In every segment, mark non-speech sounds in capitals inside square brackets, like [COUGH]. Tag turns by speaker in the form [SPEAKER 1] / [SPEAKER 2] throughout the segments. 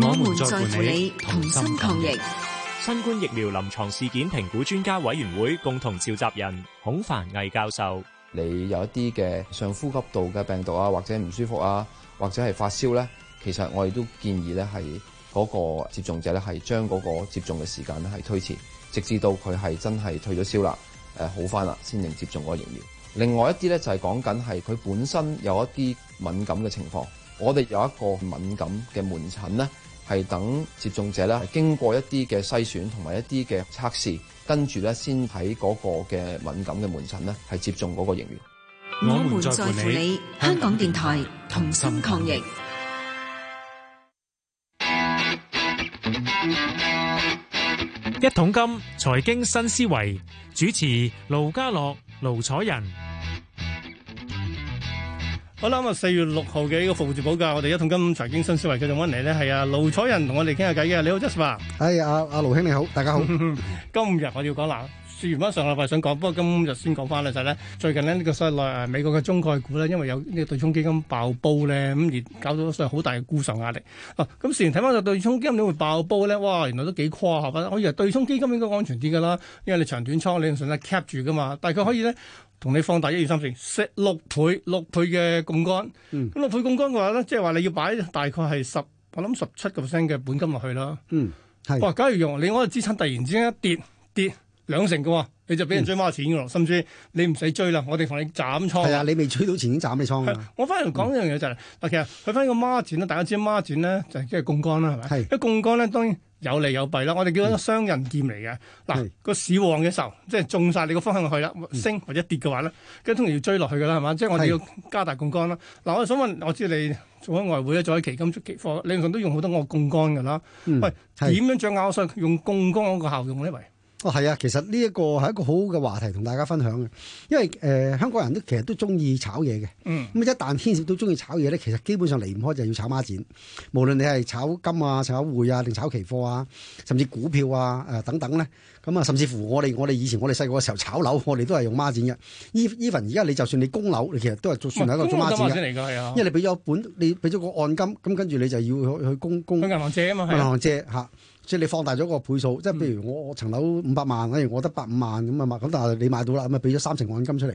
[SPEAKER 1] 我們在乎你，同心抗疫。
[SPEAKER 2] 新冠疫苗臨床事件評估專家委員會共同召集人孔繁毅教授。
[SPEAKER 3] 你有一啲嘅上呼吸道嘅病毒啊，或者唔舒服啊，或者係發燒咧，其實我哋都建議咧係嗰個接種者咧係將嗰個接種嘅時間咧係推遲，直至到佢係真係退咗燒啦，誒好返啦，先至接種嗰個疫苗。另外一啲咧就係講緊係佢本身有一啲敏感嘅情況，我哋有一個敏感嘅門診咧，係等接種者咧經過一啲嘅篩選同埋一啲嘅測試，跟住咧先喺嗰個嘅敏感嘅門診咧係接種嗰個疫苗。
[SPEAKER 1] 我們在乎你，香港電台同心抗疫。
[SPEAKER 4] 一桶金財經新思維主持盧家樂、盧楚仁，
[SPEAKER 5] 好啦，咁啊四月六號嘅呢個復活節補假，我哋一桶金財經新思維繼續揾嚟咧，係啊盧楚仁同我哋傾下偈嘅，你好 Jasper。
[SPEAKER 6] 係哎阿阿盧兄你好，大 [LAUGHS] 家好。
[SPEAKER 5] 今日我要講啦，説完翻上個禮拜想講，不過今日先講翻咧就係咧，最近呢，呢個所謂內誒美國嘅中概股咧，因為有呢個對沖基金爆煲咧，咁而搞到所謂好大嘅沽售壓力。啊，咁事然睇翻就對沖基金點會爆煲咧？哇，原來都幾誇下啊！我以為對沖基金應該安全啲㗎啦，因為你長短倉你順勢 cap 住㗎嘛，但係佢可以咧。同你放大一二三四，四六倍六倍嘅槓桿，咁、
[SPEAKER 6] 嗯
[SPEAKER 5] 六倍槓桿嘅話咧，即係話你要擺大概係十，我諗十七個 percent 嘅本金落去啦。
[SPEAKER 6] 嗯，係
[SPEAKER 5] 哇！假如用你嗰個資產突然之間一跌跌兩成嘅話，你就俾人追孖錢嘅咯，甚至你唔使追啦，我哋同你斬倉。
[SPEAKER 6] 嗯係啊，你未追到前已經斬你倉
[SPEAKER 5] 係
[SPEAKER 6] 啊 [LAUGHS] 啦。
[SPEAKER 5] 我翻嚟講一樣嘢就係、嗱，其實去翻個孖展咧，大家知孖展咧就係即係槓桿啦，係咪？
[SPEAKER 6] 係嗯
[SPEAKER 5] 一槓桿咧當然有利有弊啦。我哋叫做雙刃劍嚟嘅。嗱
[SPEAKER 6] 係，嗯
[SPEAKER 5] 個市旺嘅時候，即係中晒你個方向去啦，升或者跌嘅話咧，跟住通常要追落去㗎啦，係嘛？即係我哋
[SPEAKER 6] 係
[SPEAKER 5] 要加大槓桿啦。嗱，我想問，我知你做緊外匯咧，啊做緊期金、期貨，理論上都用好多個槓桿㗎啦。
[SPEAKER 6] 嗯
[SPEAKER 5] 喂，點
[SPEAKER 6] 係
[SPEAKER 5] 樣掌握所謂用槓桿嗰個效用咧？喂，
[SPEAKER 6] 哦，係啊，其實呢一個係一個好好嘅話題同大家分享嘅，因為誒、呃香港人都其實都中意炒嘢嘅。
[SPEAKER 5] 嗯，
[SPEAKER 6] 咁一旦牽涉到中意炒嘢咧，其實基本上離唔開就係要炒孖展，無論你係炒金啊、炒匯啊、定炒期貨啊，甚至股票啊、誒、等等咧，咁啊，甚至乎我哋我哋以前我哋細個嘅時候炒樓，我哋都係用孖展嘅。even 而家你就算你供樓，你其實哦都係做算係一個做
[SPEAKER 5] 唔係
[SPEAKER 6] 孖
[SPEAKER 5] 公有
[SPEAKER 6] 展嘅，
[SPEAKER 5] 金嚟㗎，係啊
[SPEAKER 6] 因，為你俾咗本，你俾咗個按金，咁跟住你就要去去供供
[SPEAKER 5] 去。銀行借啊嘛，嗯係
[SPEAKER 6] 銀
[SPEAKER 5] 啊，
[SPEAKER 6] 行借嚇，即係你放大咗個倍數，即係譬如我我層樓五百萬，例如我得百五萬咁啊嘛，咁但係你買到啦，咁啊俾咗三成按金出嚟，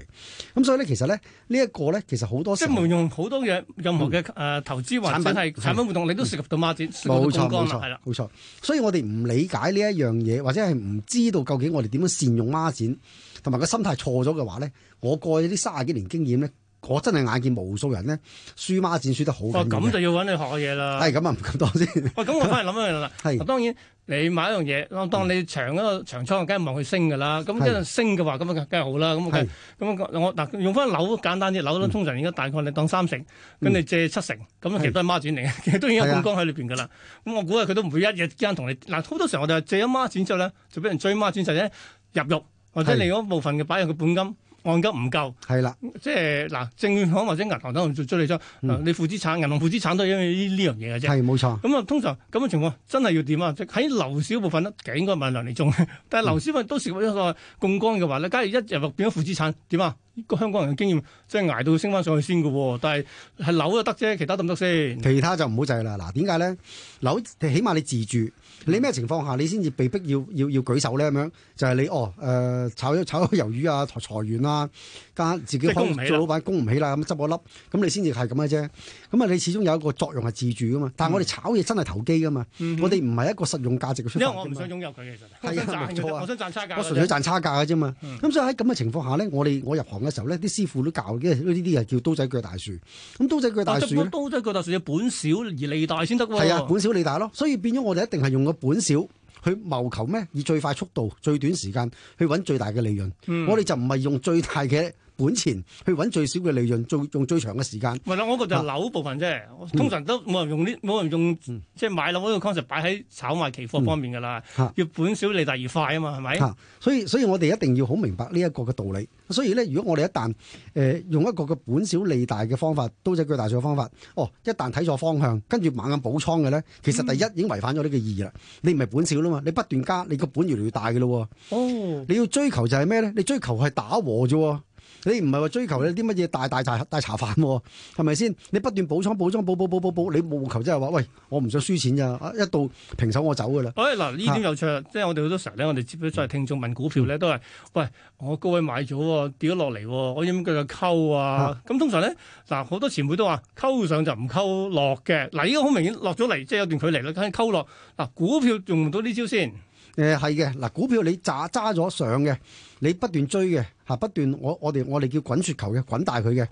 [SPEAKER 6] 咁所以咧其實咧呢一個咧其實好多
[SPEAKER 5] 即
[SPEAKER 6] 時
[SPEAKER 5] 係
[SPEAKER 6] 候
[SPEAKER 5] 無用好多嘢，任何嘅誒投資或者係
[SPEAKER 6] 嗯產品嗯
[SPEAKER 5] 產品活動，你都涉及到孖展，涉及到
[SPEAKER 6] 冇錯
[SPEAKER 5] 槓桿
[SPEAKER 6] 冇
[SPEAKER 5] 啦，係啦
[SPEAKER 6] 錯。冇錯，所以我哋唔理解呢一樣嘢，或者係唔知道究竟我哋點樣善用孖展，同埋個心態錯咗嘅話咧，我過去呢三十幾年經驗咧，我真係眼見無數人咧輸孖展輸得好緊
[SPEAKER 5] 哇，
[SPEAKER 6] 要
[SPEAKER 5] 哦咁
[SPEAKER 6] 嘅，
[SPEAKER 5] 就要揾你學嘅嘢啦。
[SPEAKER 6] 係咁啊唔敢當先，
[SPEAKER 5] 喂，咁我翻嚟諗一樣啦。嗱
[SPEAKER 6] 係嗯
[SPEAKER 5] 當然你買一樣嘢，當當你長嗰個長倉，梗係望佢升㗎啦。咁一
[SPEAKER 6] 係
[SPEAKER 5] 陣升嘅話，咁啊梗係好啦。咁
[SPEAKER 6] 係嗯
[SPEAKER 5] 啊咁我嗱用翻樓簡單啲，樓咧通常而家大概你當三成，跟住借七成，咁啊其實都係孖展嚟嘅，其實 [LAUGHS] 都已經有
[SPEAKER 6] 係
[SPEAKER 5] 槓
[SPEAKER 6] 啊
[SPEAKER 5] 桿喺裏邊㗎啦。咁我估計佢都唔會一日之間同你嗱，好多時候我哋係借咗孖展之後咧，就俾人追孖展就係咧入肉，或者
[SPEAKER 6] 係
[SPEAKER 5] 你嗰部分嘅擺入佢本金按金唔夠。
[SPEAKER 6] 係啦，
[SPEAKER 5] 即係嗱，證券行或者銀行等做追你咗，
[SPEAKER 6] 嗯
[SPEAKER 5] 嗱你負資產，銀行負資產都係因為呢呢樣嘢嘅啫。
[SPEAKER 6] 係冇錯，
[SPEAKER 5] 咁啊，通常咁嘅情況真係要點啊？即係喺樓市嗰部分咧，其實應該問梁利忠， [LAUGHS] 但
[SPEAKER 6] 嗯
[SPEAKER 5] 係樓市部分都涉及一個槓桿嘅話咧，假如一入變咗負資產，點啊？個香港人嘅經驗即係捱到升翻上去先嘅喎，但係係樓就得啫，其他得唔得先？
[SPEAKER 6] 其他就唔好制啦。嗱，點解咧？樓起碼你自住，
[SPEAKER 5] 嗯
[SPEAKER 6] 你咩情況下你先至被逼要要要舉手咧？咁樣就係、你哦誒、呃炒咗 [LAUGHS] 炒咗魷魚啊，裁裁員啊，加自
[SPEAKER 5] 即
[SPEAKER 6] 己
[SPEAKER 5] 係供唔起啦
[SPEAKER 6] 開做老闆供唔起啦，咁執我粒，咁你先至係咁嘅啫。咁啊，你始終有一個作用係自住噶嘛。但係我
[SPEAKER 5] 嗯
[SPEAKER 6] 哋炒嘢真係投機噶嘛，我哋唔係一個實用價值嘅出
[SPEAKER 5] 因
[SPEAKER 6] 發
[SPEAKER 5] 為我
[SPEAKER 6] 㗎
[SPEAKER 5] 唔
[SPEAKER 6] 嘛
[SPEAKER 5] 想擁有佢，其實我
[SPEAKER 6] 係
[SPEAKER 5] 想
[SPEAKER 6] 啊
[SPEAKER 5] 賺嘅啫，
[SPEAKER 6] 冇錯啊
[SPEAKER 5] 我想賺差價嘅啫。
[SPEAKER 6] 我純粹賺差價嘅啫嘛。
[SPEAKER 5] 嗯
[SPEAKER 6] 咁、所以喺咁嘅情況下咧，我哋我入行嘅時候咧，啲師傅都教嘅，因為呢啲係叫刀仔鋸大樹。咁刀仔鋸大
[SPEAKER 5] 但
[SPEAKER 6] 樹
[SPEAKER 5] 係
[SPEAKER 6] 咧
[SPEAKER 5] 本。都即係個大樹要本少而利大先得喎。
[SPEAKER 6] 係啊，本小利大咯，所以變咗我哋一定係用個本小去謀求咩？以最快速度、最短時間去揾最大嘅利潤。我哋就唔係用最大嘅本錢去揾最少嘅利潤，做用最長嘅時間。
[SPEAKER 5] 唔係啦，我嗰個就係樓部分
[SPEAKER 6] 啊
[SPEAKER 5] 啫。我通常都冇人用呢，
[SPEAKER 6] 嗯
[SPEAKER 5] 冇人用即係買樓嗰個 concept 擺喺炒賣期貨方面㗎啦
[SPEAKER 6] 嗯嚇。
[SPEAKER 5] 要本少利大而快啊嘛，係咪？
[SPEAKER 6] 嚇、所以所以我哋一定要好明白呢一個嘅道理。所以咧，如果我哋一旦誒、呃用一個嘅本小利大嘅方法，刀仔鋸大樹嘅方法，哦，一旦睇錯方向，跟住猛咁補倉嘅咧，其實第一已經違反咗呢個意義啦。你唔係本小啦嘛，你不斷加，你個本越嚟越大嘅咯喎。
[SPEAKER 5] 哦，
[SPEAKER 6] 你要追求就係咩咧？你追求係打和啫喎。你唔係話追求呢啲乜嘢大大茶大茶飯喎，係咪先？你不斷補倉補倉補補補補補，你務求即係話，喂，我唔想輸錢咋，啊一到平手我走㗎啦。
[SPEAKER 5] 哎嗱，呢點有趣啦，即係我哋好多時候咧，我哋接咗作為聽眾問股票咧，都係喂我高位買咗喎，跌咗落嚟喎，我點佢嘅溝啊？咁通常咧嗱，好多前輩都話溝上就唔溝落嘅，嗱依家好明顯落咗嚟，即係有段距離啦，梗係溝落嗱，股票用唔到呢招先，
[SPEAKER 6] 誒係嘅，嗱股票你揸揸咗上嘅，你不斷追嘅嚇，不斷我我哋我哋叫滾雪球嘅，滾大佢嘅，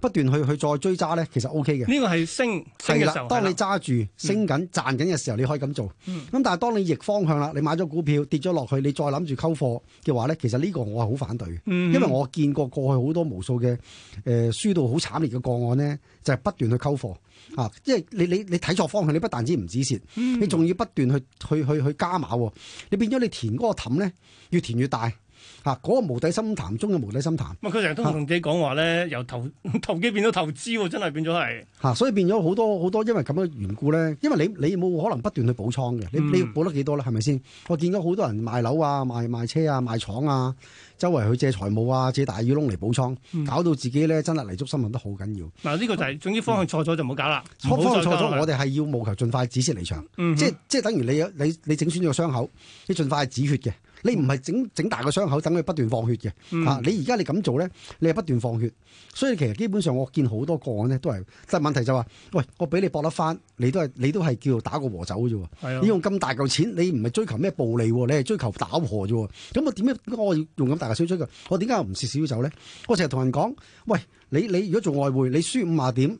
[SPEAKER 6] 不斷去去再追揸咧，其實 O K 嘅。
[SPEAKER 5] 呢個係升升
[SPEAKER 6] 係
[SPEAKER 5] 嘅
[SPEAKER 6] 啦
[SPEAKER 5] 時候，，
[SPEAKER 6] 當你揸住升緊賺緊嘅時候，你可以咁做。咁、
[SPEAKER 5] 嗯
[SPEAKER 6] 但係當你逆方向啦，你買咗股票跌咗落去，你再諗住溝貨嘅話咧，其實呢個我係好反對嘅，
[SPEAKER 5] 因
[SPEAKER 6] 因為我見過過去好多無數嘅誒、呃、輸到好慘烈嘅個案咧，就係、不斷去溝貨啊！即係你你你睇錯方向，你不但止唔止蝕，
[SPEAKER 5] 嗯
[SPEAKER 6] 你仲要不斷去去去去加碼喎，你變咗你填嗰個氹咧越填越大啊！嗰、個無底深潭中嘅無底深潭。
[SPEAKER 5] 唔係佢成日都同自己講話咧，由投 [LAUGHS] 投機變到投資喎，真係變咗係。
[SPEAKER 6] 嚇、所以變咗好多好多，因為咁嘅緣故咧，因為你你冇可能不斷去補倉嘅，你
[SPEAKER 5] 嗯
[SPEAKER 6] 你要補得幾多咧？係咪先？我見到好多人賣樓啊、賣賣車啊、賣廠啊，周圍去借財務啊、借大耳窿嚟補倉，
[SPEAKER 5] 嗯
[SPEAKER 6] 搞到自己咧真係泥足深陷得好緊要。
[SPEAKER 5] 嗱，呢個就係總之方向嗯錯咗就唔好搞啦。唔好
[SPEAKER 6] 方向
[SPEAKER 5] 再
[SPEAKER 6] 錯
[SPEAKER 5] 搞啦
[SPEAKER 6] 咗，我哋係要務求盡快止蝕離場，
[SPEAKER 5] 嗯哼
[SPEAKER 6] 即係即係等於你有你你整損咗個傷口，你盡快止血嘅。你唔係整整大個傷口，等佢不斷放血嘅。
[SPEAKER 5] 嗯
[SPEAKER 6] 啊！你而家你咁做咧，你係不斷放血，所以其實基本上我見好多個案咧都係，但係問題就話、喂，我俾你搏得翻，你都係你都係叫做打個和走嘅啫喎。
[SPEAKER 5] 係啊
[SPEAKER 6] 你用咁大嚿錢，你唔係追求咩暴利喎，你係追求打和啫喎。咁我點解點解我要用咁大嚿水追求？我點解唔蝕少少走咧？我成日同人講，喂，你你如果做外匯，你輸五廿點。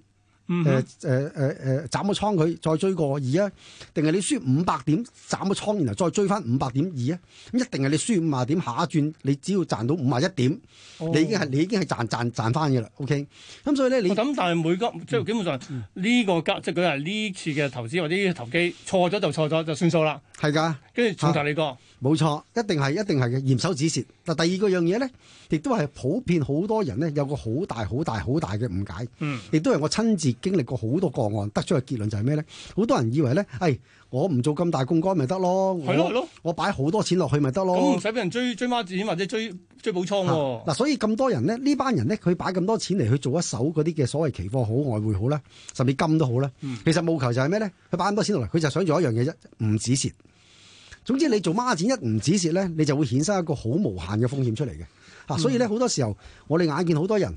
[SPEAKER 5] 嗯
[SPEAKER 6] 誒
[SPEAKER 5] 哼
[SPEAKER 6] 誒誒誒，呃斬個倉佢再追過二啊，定係你輸五百點斬個倉，然後再追翻五百點二啊？咁一定係你輸五啊點，下一轉你只要賺到五啊一點，
[SPEAKER 5] 哦
[SPEAKER 6] 你已經係你已經係賺賺賺翻嘅啦。OK，咁所以咧你嗯
[SPEAKER 5] 咁但係每個即係基本上呢個價，即係佢係呢次嘅投資或者呢個投機錯咗就錯咗就算數啦，
[SPEAKER 6] 係㗎。
[SPEAKER 5] 跟住重頭嚟過。
[SPEAKER 6] 冇錯，一定係一定係嘅，嚴守止蝕。嗱，第二個樣嘢咧，亦都係普遍好多人咧有個好大好大好大嘅誤解，
[SPEAKER 5] 嗯，
[SPEAKER 6] 亦都係我親自經歷過好多個案，得出嘅結論就係咩咧？好多人以為咧，誒、哎我唔做咁大槓桿咪得咯，
[SPEAKER 5] 係咯係
[SPEAKER 6] 我
[SPEAKER 5] 咯
[SPEAKER 6] 我擺好多錢落去咪得咯
[SPEAKER 5] 咁唔。使俾人追追孖展或者追追補倉
[SPEAKER 6] 啊嗱、
[SPEAKER 5] 喎。
[SPEAKER 6] 所以咁多人咧，呢班人咧，佢擺咁多錢嚟去做一手嗰啲嘅所謂期貨好、外匯好啦，甚至金都好啦。
[SPEAKER 5] 嗯
[SPEAKER 6] 其實務求就係咩咧？佢擺咁多錢落嚟，佢就想做一樣嘢啫，唔止蝕。總之你做孖展一唔止蝕咧，你就會衍生一個好無限嘅風險出嚟嘅。啊，
[SPEAKER 5] 嗯
[SPEAKER 6] 所以咧好多時候，我哋眼見好多人，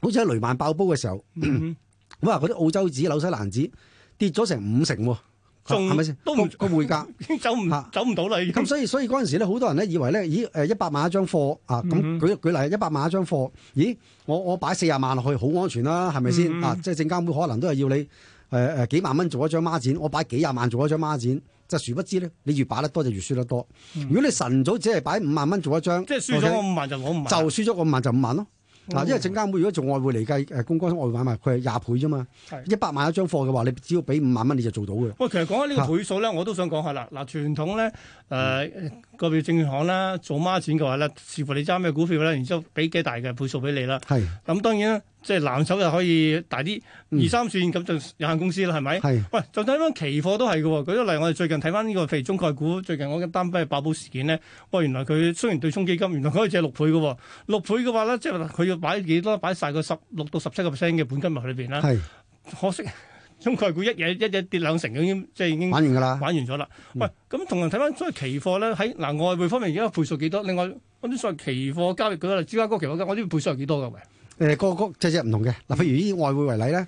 [SPEAKER 6] 好似喺雷曼爆煲嘅時候，
[SPEAKER 5] 嗯
[SPEAKER 6] 哇！嗰啲澳洲紙、紐西蘭紙跌咗成五成喎，啊
[SPEAKER 5] 仲
[SPEAKER 6] 係咪先？
[SPEAKER 5] 都唔
[SPEAKER 6] 個個匯價。
[SPEAKER 5] 已經走唔
[SPEAKER 6] 嚇
[SPEAKER 5] 走唔到啦，已經
[SPEAKER 6] 咁。所以所以嗰陣時咧，好多人咧以為咧，咦呃誒一百萬一張貨啊，
[SPEAKER 5] 嗯
[SPEAKER 6] 咁舉舉例一百萬一張貨，咦我我擺四廿萬落去好安全啦，係咪
[SPEAKER 5] 嗯
[SPEAKER 6] 先啊？即係證監會可能都係要你誒誒、呃、幾萬蚊做一張孖展，我擺幾廿萬做一張孖展，就殊不知咧，你越擺得多就越輸得多。如果你晨早只係擺五萬蚊做一張，
[SPEAKER 5] 嗯即係輸
[SPEAKER 6] OK？
[SPEAKER 5] 咗我五萬就攞五萬。哦
[SPEAKER 6] 就輸咗個五萬就五萬咯。嗱，因為證監會如果做外匯嚟計，誒公關外匯買賣，佢係廿倍啫嘛。
[SPEAKER 5] 係
[SPEAKER 6] 一百萬一張貨嘅話，你只要俾五萬蚊你就做到嘅。
[SPEAKER 5] 喂，其實講緊
[SPEAKER 6] 啊
[SPEAKER 5] 呢個倍數咧，我都想講下啦。嗱，傳統咧，誒、
[SPEAKER 6] 嗯
[SPEAKER 5] 個別證券行啦，做孖展嘅話咧，視乎你揸咩股票啦，然之後俾幾大嘅倍數俾你啦。
[SPEAKER 6] 係
[SPEAKER 5] 咁當然啦，即係藍籌就可以大啲，
[SPEAKER 6] 嗯
[SPEAKER 5] 二三線咁就有限公司啦，係咪？
[SPEAKER 6] 係
[SPEAKER 5] 喂，就睇翻期貨都係嘅喎。舉個例，我哋最近睇翻呢個譬如中概股最近嗰間單筆爆煲事件咧，喂，原來佢雖然對沖基金，原來佢可以借六倍嘅喎。六倍嘅話咧，即係佢要擺幾多？擺晒個十六到十七個 percent 嘅本金入去裏邊啦。
[SPEAKER 6] 係
[SPEAKER 5] 可惜中概股一嘢一嘢跌兩成，已經即係已經
[SPEAKER 6] 玩完㗎啦
[SPEAKER 5] 玩。完咗啦。
[SPEAKER 6] 嗯
[SPEAKER 5] 喂，咁同人睇翻所謂期貨咧，喺嗱外匯方面而家倍數幾多？另外嗰啲所謂期貨交易嗰個芝加哥期貨交易，我啲倍數係幾多㗎？喂，
[SPEAKER 6] 誒個個隻隻唔同嘅。嗱，譬如以外匯為例咧，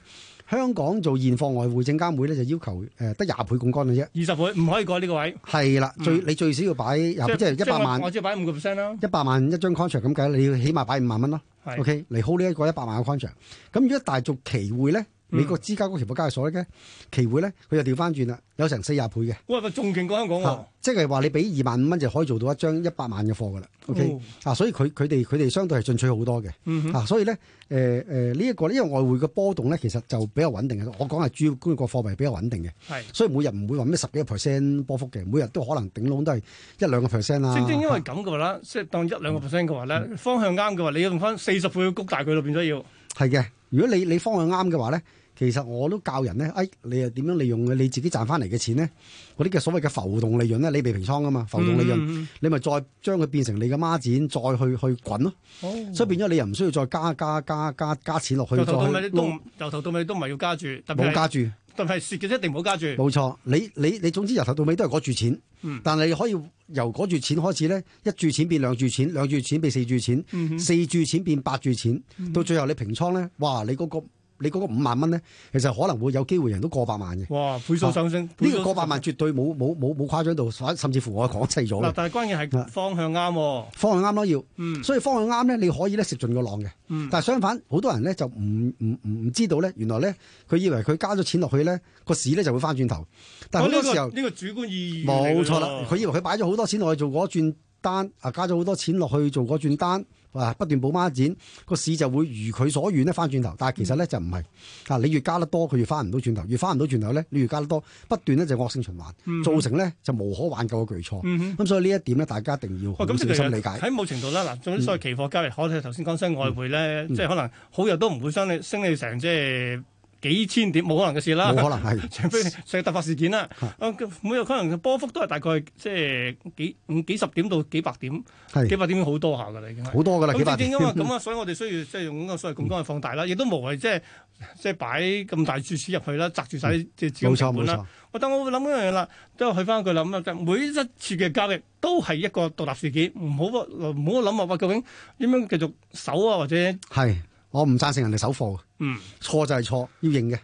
[SPEAKER 6] 香港做現貨外匯證監會咧就要求誒得廿倍槓桿嘅啫。
[SPEAKER 5] 二十倍唔可以改呢個位，
[SPEAKER 6] 係啦，最你最少要擺廿啊即係一百
[SPEAKER 5] 我
[SPEAKER 6] 萬
[SPEAKER 5] 我只係擺五個 percent 啦。
[SPEAKER 6] 一百萬一張 contract 咁計，你要起碼擺五萬蚊咯。
[SPEAKER 5] 係
[SPEAKER 6] OK 嚟 hold 呢一個一百萬嘅 contract。咁如果大做期匯咧，美國芝加哥期貨交易所咧期匯咧，佢就調翻轉啦，有成四廿倍嘅。
[SPEAKER 5] 喂，咪仲勁過香港
[SPEAKER 6] 嚇
[SPEAKER 5] 喎！
[SPEAKER 6] 即係話你俾二萬五蚊就可以做到一張一百萬嘅貨㗎啦，OK
[SPEAKER 5] 哦
[SPEAKER 6] 啊，所以佢佢哋佢哋相對係進取好多嘅，
[SPEAKER 5] 嗯
[SPEAKER 6] 啊，所以咧誒誒呢一個呢因為外匯嘅波動咧，其實就比較穩定嘅。我講係主要官國貨幣比較穩定嘅，
[SPEAKER 5] 係。
[SPEAKER 6] 所以每日唔會話咩十幾個 percent 波幅嘅，每日都可能頂籠都係一兩個 percent 啊啦。
[SPEAKER 5] 正正因為咁嘅話啦，即係當一兩
[SPEAKER 6] 嗯
[SPEAKER 5] 個 percent 嘅話咧，方向啱嘅話，你要用翻四十倍去谷大佢咯，變咗要。
[SPEAKER 6] 係嘅，如果你你方向啱嘅話咧，其實我都教人咧，誒、哎、你係點樣利用你自己賺翻嚟嘅錢咧？嗰啲嘅所謂嘅浮動利潤咧，你未平倉噶嘛，浮動利潤，
[SPEAKER 5] 嗯
[SPEAKER 6] 你咪再將佢變成你嘅孖展，再去去滾咯。
[SPEAKER 5] 哦
[SPEAKER 6] 所以變咗你又唔需要再加加加加加錢落去，
[SPEAKER 5] 由
[SPEAKER 6] 再
[SPEAKER 5] 頭到尾
[SPEAKER 6] 去
[SPEAKER 5] 都
[SPEAKER 6] 撈
[SPEAKER 5] 唔由頭到尾都唔係要加住，特別
[SPEAKER 6] 冇
[SPEAKER 5] 係
[SPEAKER 6] 加住。
[SPEAKER 5] 特別係蝕嘅一定唔好加住。
[SPEAKER 6] 冇錯，你你你總之由頭到尾都係嗰注錢，
[SPEAKER 5] 嗯
[SPEAKER 6] 但係你可以由嗰注錢開始咧，一注錢變兩注錢，兩注錢變四注錢，
[SPEAKER 5] 嗯哼嗯
[SPEAKER 6] 四注錢變八注錢，到最後你平倉咧，哇！你嗰、個你嗰個五萬蚊咧，其實可能會有機會人都過百萬嘅。
[SPEAKER 5] 哇！倍數上升，
[SPEAKER 6] 啊
[SPEAKER 5] 倍
[SPEAKER 6] 呢
[SPEAKER 5] 數
[SPEAKER 6] 個過百萬絕對冇冇冇冇誇張到，甚甚至乎我係講細咗
[SPEAKER 5] 嗱
[SPEAKER 6] 嘅，
[SPEAKER 5] 但係關鍵係
[SPEAKER 6] 啊
[SPEAKER 5] 方向啱喎。
[SPEAKER 6] 方向啱咯要。
[SPEAKER 5] 嗯
[SPEAKER 6] 所以方向啱咧，你可以咧食盡個浪嘅。
[SPEAKER 5] 嗯
[SPEAKER 6] 但係相反，好多人咧就唔唔唔唔知道咧，原來咧佢以為佢加咗錢落去咧，個市咧就會翻轉頭。但係好
[SPEAKER 5] 呢
[SPEAKER 6] 多時
[SPEAKER 5] 個
[SPEAKER 6] 候。
[SPEAKER 5] 呢個主觀意義嚟㗎
[SPEAKER 6] 冇錯啦
[SPEAKER 5] 喎，
[SPEAKER 6] 佢以為佢擺咗好多錢落去做嗰轉單，啊加咗好多錢落去做嗰轉單，啊不斷補孖展，個市就會如佢所願咧翻轉頭。但係其實
[SPEAKER 5] 嗯
[SPEAKER 6] 咧就唔係，啊你越加得多，佢越翻唔到轉頭，越翻唔到轉頭咧，你越加得多，不斷咧就惡性循
[SPEAKER 5] 嗯
[SPEAKER 6] 環，造成咧就無可挽救嘅巨錯。
[SPEAKER 5] 嗯哼
[SPEAKER 6] 咁所以呢一點咧，大家一定要好
[SPEAKER 5] 喂，哦咁
[SPEAKER 6] 小
[SPEAKER 5] 其實
[SPEAKER 6] 心理解。嗯
[SPEAKER 5] 喺某程度啦，嗱，總之所謂期貨交易，我哋頭先講新外匯咧，即係可能好日都唔會升你升你成即係幾千點，冇可能嘅事啦。
[SPEAKER 6] 冇
[SPEAKER 5] [LAUGHS]
[SPEAKER 6] 可能係
[SPEAKER 5] 除非成個突發事件啦
[SPEAKER 6] 嚇，
[SPEAKER 5] 啊每日可能波幅都係大概即係幾五幾十點到幾百點，幾
[SPEAKER 6] 係
[SPEAKER 5] 百點已經好多下㗎啦，已經係。
[SPEAKER 6] 好多㗎啦，幾
[SPEAKER 5] 咁
[SPEAKER 6] 百
[SPEAKER 5] 正
[SPEAKER 6] 點
[SPEAKER 5] 正因為
[SPEAKER 6] [LAUGHS]
[SPEAKER 5] 咁啊，所以我哋需要即係用嗰個所謂槓桿去放大啦，亦都無謂即係即係擺咁大注資入去啦，擲住晒啲即係資金
[SPEAKER 6] 嗯冇錯
[SPEAKER 5] 成本
[SPEAKER 6] 冇
[SPEAKER 5] 啦
[SPEAKER 6] 錯。，
[SPEAKER 5] 我但我會諗一樣嘢啦，都係去翻佢諗啦，就每一次嘅交易都係一個獨立事件，唔好唔好諗啊！喂，究竟點樣繼續守啊，或者
[SPEAKER 6] 係我唔贊成人哋守貨，
[SPEAKER 5] 嗯，
[SPEAKER 6] 錯就係錯，要認嘅。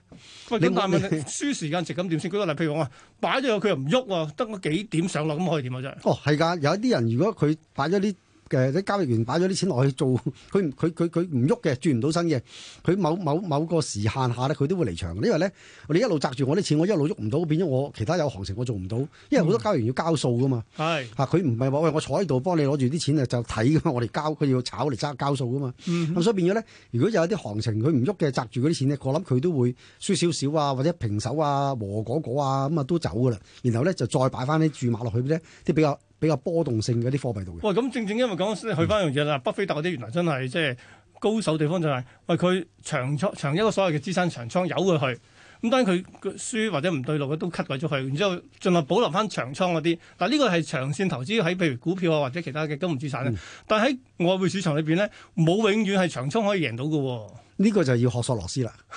[SPEAKER 5] 喂
[SPEAKER 6] 你
[SPEAKER 5] 咁但係
[SPEAKER 6] 冇
[SPEAKER 5] 問題輸時間值咁點先？舉個例，譬如我話擺咗佢又唔喐喎，得個幾點上落咁可以點啊？真係
[SPEAKER 6] 哦，係㗎，有一啲人如果佢擺咗啲嘅啲交易員擺咗啲錢落去做， [LAUGHS] 佢唔佢佢佢唔喐嘅，轉唔到身嘅，佢某某某個時限下咧，佢都會離場嘅。因為咧，我哋一路擲住我啲錢，我一路喐唔到，變咗我其他有行情我做唔到，因為好多交易員要交數㗎嘛。
[SPEAKER 5] 係
[SPEAKER 6] 嚇啊佢唔係話喂我坐喺度幫你攞住啲錢啊就睇㗎嘛，我哋交佢要炒嚟揸交數㗎嘛。咁、所以變咗咧，如果有一啲行情佢唔喐嘅，擲住嗰啲錢咧，我諗佢都會輸少少啊，或者平手啊、和果果啊，咁啊都走㗎啦。然後咧就再擺翻啲注碼落去咧，啲比較比較波動性嗰啲貨幣度嘅。
[SPEAKER 5] 喂，咁正正因為講去翻樣嘢啦，巴菲特嗰啲原來真係即係高手地方就係、喂佢長倉長一個所謂嘅資產長倉由佢去，咁當然佢佢輸或者唔對路嘅都 cut 鬼咗佢，然之後盡量保留翻長倉嗰啲。嗱呢個係長線投資喺譬如股票啊或者其他嘅金融資產咧，但係喺外匯市場裏邊咧冇永遠係長倉可以贏到嘅 [LAUGHS]
[SPEAKER 6] 呢個就要學索羅斯啦。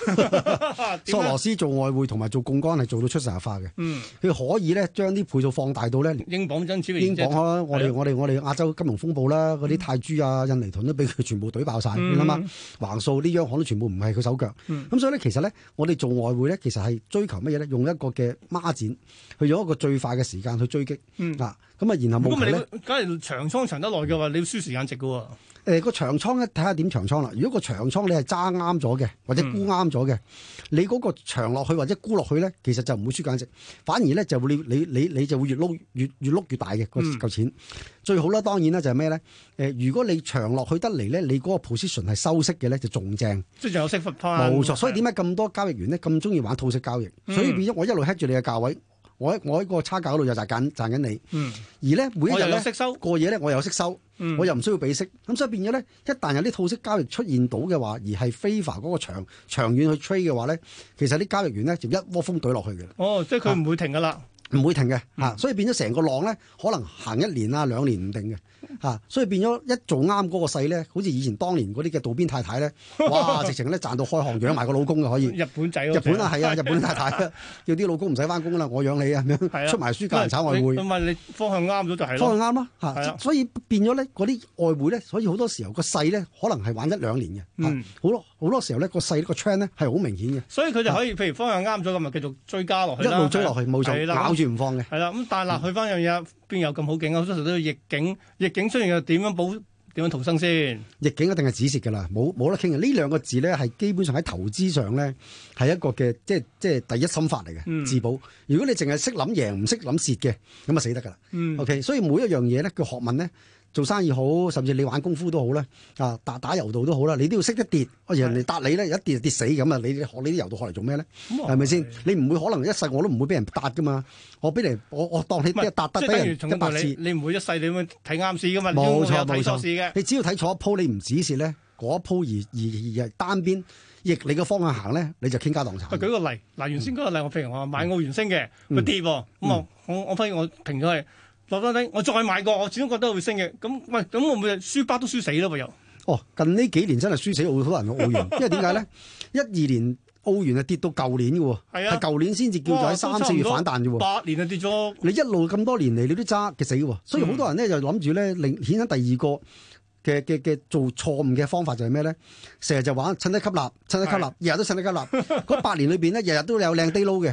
[SPEAKER 5] 喎。點
[SPEAKER 6] 索
[SPEAKER 5] 咧
[SPEAKER 6] 羅斯做外匯同埋做槓桿係做到出神入化嘅，
[SPEAKER 5] 嗯，
[SPEAKER 6] 佢可以咧將啲倍數放大到咧。
[SPEAKER 5] 英鎊因此而
[SPEAKER 6] 英
[SPEAKER 5] 即係
[SPEAKER 6] 鎊啦，我
[SPEAKER 5] 係
[SPEAKER 6] 哋
[SPEAKER 5] 啊
[SPEAKER 6] 我哋我哋亞洲金融風暴啦，嗰啲泰銖啊、印尼盾都俾佢全部懟爆晒。
[SPEAKER 5] 嗯
[SPEAKER 6] 你諗下，橫數啲央行都全部唔係佢手腳。咁、
[SPEAKER 5] 嗯
[SPEAKER 6] 所以咧，其實咧，我哋做外匯咧，其實係追求乜嘢咧？用一個嘅孖展，去用一個最快嘅時間去追擊。
[SPEAKER 5] 嗯
[SPEAKER 6] 啊，咁啊，然
[SPEAKER 5] 如
[SPEAKER 6] 後
[SPEAKER 5] 果唔係
[SPEAKER 6] 務求
[SPEAKER 5] 你
[SPEAKER 6] 咧，誒、
[SPEAKER 5] 會梗係長倉長得耐嘅話，你要輸時間值嘅喎。
[SPEAKER 6] 呃個長倉咧，睇下點長倉啦。如果個長倉你係揸啱咗嘅，或
[SPEAKER 5] 嗯
[SPEAKER 6] 者沽啱咗嘅，你嗰個長落去或者沽落去咧，其實就唔會輸價值，反而咧就會你你你你就會越撈越越碌越大嘅個
[SPEAKER 5] 嗯
[SPEAKER 6] 嚿錢。最好啦，當然啦，就係咩咧？誒、如果你長落去得嚟咧，你嗰個 position 係收息嘅咧，就仲正。
[SPEAKER 5] 即係仲有啊息罰翻。
[SPEAKER 6] 冇錯，所以點解咁多交易員咧咁中意玩套息交易？
[SPEAKER 5] 嗯
[SPEAKER 6] 所以變咗我一路 hit 住你嘅價位，我喺我喺個差價嗰度又賺緊賺緊你。
[SPEAKER 5] 嗯，
[SPEAKER 6] 而咧每一
[SPEAKER 5] 我
[SPEAKER 6] 日
[SPEAKER 5] 又有
[SPEAKER 6] 咧
[SPEAKER 5] 息收。
[SPEAKER 6] 過夜咧，我又識收，
[SPEAKER 5] 嗯
[SPEAKER 6] 我又唔需要俾息。咁所以變咗咧，一旦有啲套息交易出現到嘅話，而係 favor 嗰個長長遠去 trade 嘅話咧，其實啲交易員咧就一窩蜂懟落去嘅。
[SPEAKER 5] 哦，即係
[SPEAKER 6] 啊
[SPEAKER 5] 佢唔會停噶啦。
[SPEAKER 6] 唔會停嘅嚇、
[SPEAKER 5] 嗯
[SPEAKER 6] 啊所以變咗成個浪咧，可能行一年啊兩年唔定嘅嚇、啊所以變咗一做啱嗰個勢咧，好似以前當年嗰啲嘅渡邊太
[SPEAKER 5] [LAUGHS]
[SPEAKER 6] 太咧，哇，直情咧賺到開行養埋個老公嘅可以，
[SPEAKER 5] 日本仔喎，
[SPEAKER 6] 日本啊係啊，日本太太啊，叫啲老公唔使翻工啦，我養你啊咁
[SPEAKER 5] 係啊
[SPEAKER 6] 樣，出埋書教人炒外匯
[SPEAKER 5] 唔。係你方向啱咗就係
[SPEAKER 6] 方
[SPEAKER 5] 咯。
[SPEAKER 6] 向啱咯
[SPEAKER 5] 係啊
[SPEAKER 6] 嚇，所以變咗咧嗰啲外匯咧，所以好多時候個勢咧，可能係玩一兩年嘅，
[SPEAKER 5] 嗯
[SPEAKER 6] 嚇好多好多時候咧個勢個 trend 咧係好明顯嘅，
[SPEAKER 5] 所以佢就可以，譬如方向啱咗，咁咪繼續追加落去
[SPEAKER 6] 一
[SPEAKER 5] 啦
[SPEAKER 6] 路追落去嗯冇錯，
[SPEAKER 5] 係啦
[SPEAKER 6] 咬住唔放嘅。
[SPEAKER 5] 係啦，咁但係嗱，去翻樣嘢，邊有咁好景啊？好多時都要逆境，逆境出現又點樣保，點樣逃生先？
[SPEAKER 6] 逆境一定係止蝕㗎啦，冇冇得傾嘅。呢兩個字咧，係基本上喺投資上咧係一個嘅，即係即係第一心法嚟嘅、
[SPEAKER 5] 嗯
[SPEAKER 6] 自保。如果你淨係識諗贏，唔識諗蝕嘅，咁啊死得㗎啦。
[SPEAKER 5] 嗯
[SPEAKER 6] OK，所以每一樣嘢咧，佢學問咧，做生意好，甚至你玩功夫都好啦，啊打打柔道都好啦，你都要識得跌。喂人哋搭你咧，一跌就跌死咁啊！你學呢啲柔道學嚟做咩咧？
[SPEAKER 5] 咁啊
[SPEAKER 6] 係咪先？你唔會可能一世我都唔會俾人搭㗎嘛？我俾你，我我當你
[SPEAKER 5] 唔係
[SPEAKER 6] 搭得
[SPEAKER 5] 即
[SPEAKER 6] 俾
[SPEAKER 5] 係等
[SPEAKER 6] 人
[SPEAKER 5] 於從
[SPEAKER 6] 一
[SPEAKER 5] 道
[SPEAKER 6] 百
[SPEAKER 5] 理
[SPEAKER 6] 次，。
[SPEAKER 5] 你唔會一世你咁樣睇啱市噶嘛？
[SPEAKER 6] 冇
[SPEAKER 5] 你總會有
[SPEAKER 6] 錯
[SPEAKER 5] 睇
[SPEAKER 6] 冇
[SPEAKER 5] 錯市嘅
[SPEAKER 6] 錯，。你只要睇錯一鋪，你唔止蝕咧，嗰一鋪而而而係單邊逆你個方向行咧，你就傾家蕩
[SPEAKER 5] 啊，舉
[SPEAKER 6] 產。
[SPEAKER 5] 個例，嗱，原先嗰個例，我譬如我買澳元升嘅，佢
[SPEAKER 6] 嗯
[SPEAKER 5] 跌喎，咁啊，我我發現我停咗係落翻低，我再買過，我始終覺得會升嘅，咁喂，咁我咪輸巴都輸死咯喎又，
[SPEAKER 6] 哦，近呢幾年真係輸死好多人嘅澳元，因為點
[SPEAKER 5] [LAUGHS]
[SPEAKER 6] 解咧？一二年澳元係跌到舊年嘅
[SPEAKER 5] 係
[SPEAKER 6] 喎，
[SPEAKER 5] 啊
[SPEAKER 6] 係舊年先至叫做
[SPEAKER 5] 哇
[SPEAKER 6] 喺三四月反彈嘅喎。
[SPEAKER 5] 八年啊跌咗，
[SPEAKER 6] 你一路咁多年嚟，你都揸嘅死喎，所以好多人咧就諗住咧，令衍生第二個嘅嘅嘅做錯誤嘅方法就係咩咧？成日就玩趁低吸納，趁低吸納，日日都趁低吸納。嗰八年裏邊咧，日日都有靚低撈嘅，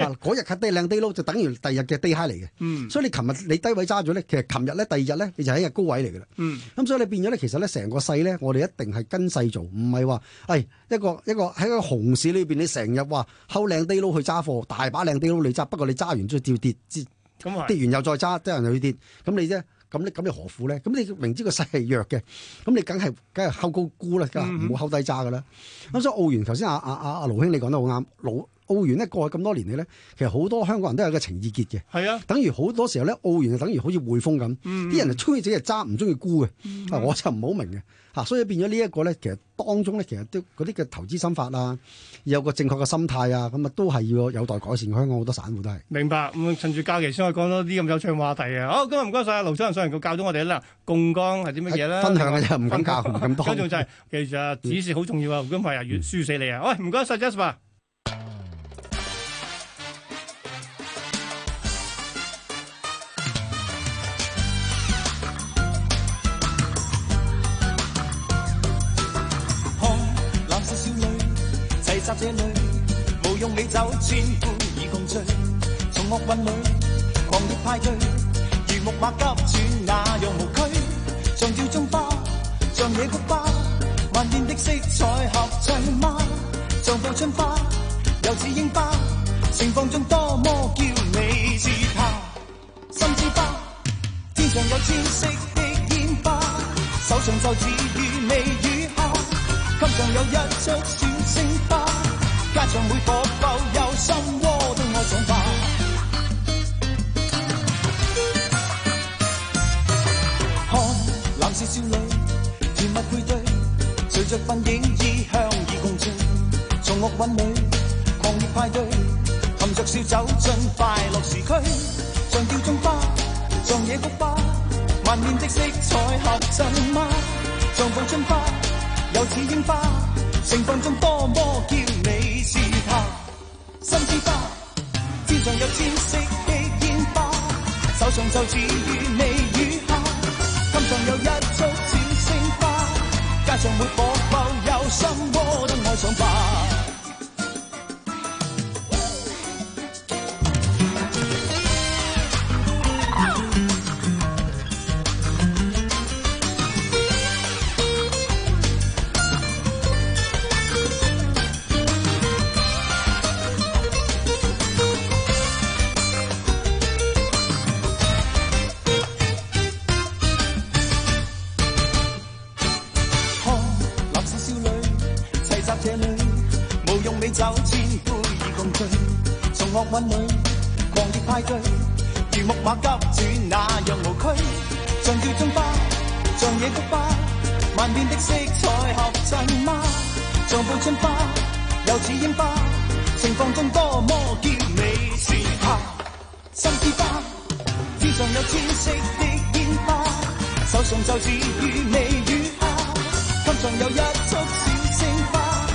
[SPEAKER 6] 啊嗰日嘅低靚低撈就等於第日嘅低 high 嚟嘅。
[SPEAKER 5] 嗯
[SPEAKER 6] 所以你琴日你低位揸咗咧，其實琴日咧第二日咧你就喺日高位嚟嘅啦。
[SPEAKER 5] 嗯，
[SPEAKER 6] 咁所以你變咗咧，其實咧成個勢咧，我哋一定係跟勢做，唔係話誒一個一個喺一個熊市裏邊，你成日話睺靚低撈去揸貨，大把靚低撈你揸，不過你揸完之後照跌，跌
[SPEAKER 5] 咁係，
[SPEAKER 6] 跌完又再揸，即係又要跌，咁你啫。咁你咁你何苦咧？咁你明知個勢係弱嘅，咁你梗係梗係睺高估啦，梗係唔好睺低揸噶啦。咁所以澳元頭先阿阿阿阿盧兄你講得好啱，老澳元咧過去咁多年嚟咧，其實好多香港人都有個情意結嘅。
[SPEAKER 5] 係啊，嗯
[SPEAKER 6] 等於好多時候咧，澳元就等於好似匯豐咁，啲、人就中意自己揸，唔中意沽嘅。啊，我就唔好明嘅嚇，所以變咗呢一個咧，其實當中咧，其實都嗰啲嘅投資心法啊，有個正確嘅心態啊，咁啊都係要有待改善。香港好多散戶都係。
[SPEAKER 5] 明白，咁啊趁住假期先可以講多啲咁有趣嘅話題啊，好，今日唔該晒啊，盧生上嚟教咗我哋啦，槓桿係啲乜嘢啦，
[SPEAKER 6] 分享嘅啫，唔敢教，唔敢
[SPEAKER 5] 跟住
[SPEAKER 6] 當。
[SPEAKER 5] 就係其實指示好重要啊，胡金係啊，
[SPEAKER 6] 嗯
[SPEAKER 5] 越輸死你啊！喂，唔該晒 Jasper。
[SPEAKER 7] 看男士少女齊集這裏，無用美酒千杯已共醉。從惡運裏狂熱派對，如木馬急轉那樣無拘。像吊鐘花，像野菊花，萬變的色彩合襯嗎？像報春花，又似櫻花，盛放中多麼叫你知他，心之花。天上有千色的煙花，手上就似魚味魚蝦，襟上有一束小星花，街上每個浮有心窩都愛上吧。看男士少女甜蜜配對，隨着婚影衣香已共聚，從樂韻裏狂熱派對，含着笑走進快樂時區，像吊鐘花，像野菊花，萬面的色彩合襯嗎？像報春花，又似櫻花，盛放中多麼叫你是他，心之花。天上有千色的煙花，手上就似魚味魚蝦，襟上有一束小星花，街上每個浮有心窩都愛上吧。看男士少女齊集這裏，無用美酒千杯已共醉。從樂韻裏狂熱派對，如木馬急轉那樣無拘。像吊鐘花，像野菊花，萬變的色彩合襯嗎？像報春花，又似櫻花，盛放中多麼叫你是他，心之花。天上有千色的煙花，手上就似魚味魚蝦，襟上有一束小星花，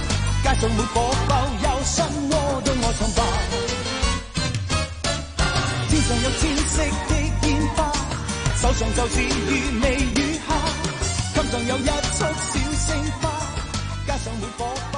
[SPEAKER 7] 街上每個浮有心窩都愛上吧。天上有千色的煙花，手上就似魚味魚蝦，襟上有一束小星花，街上每個。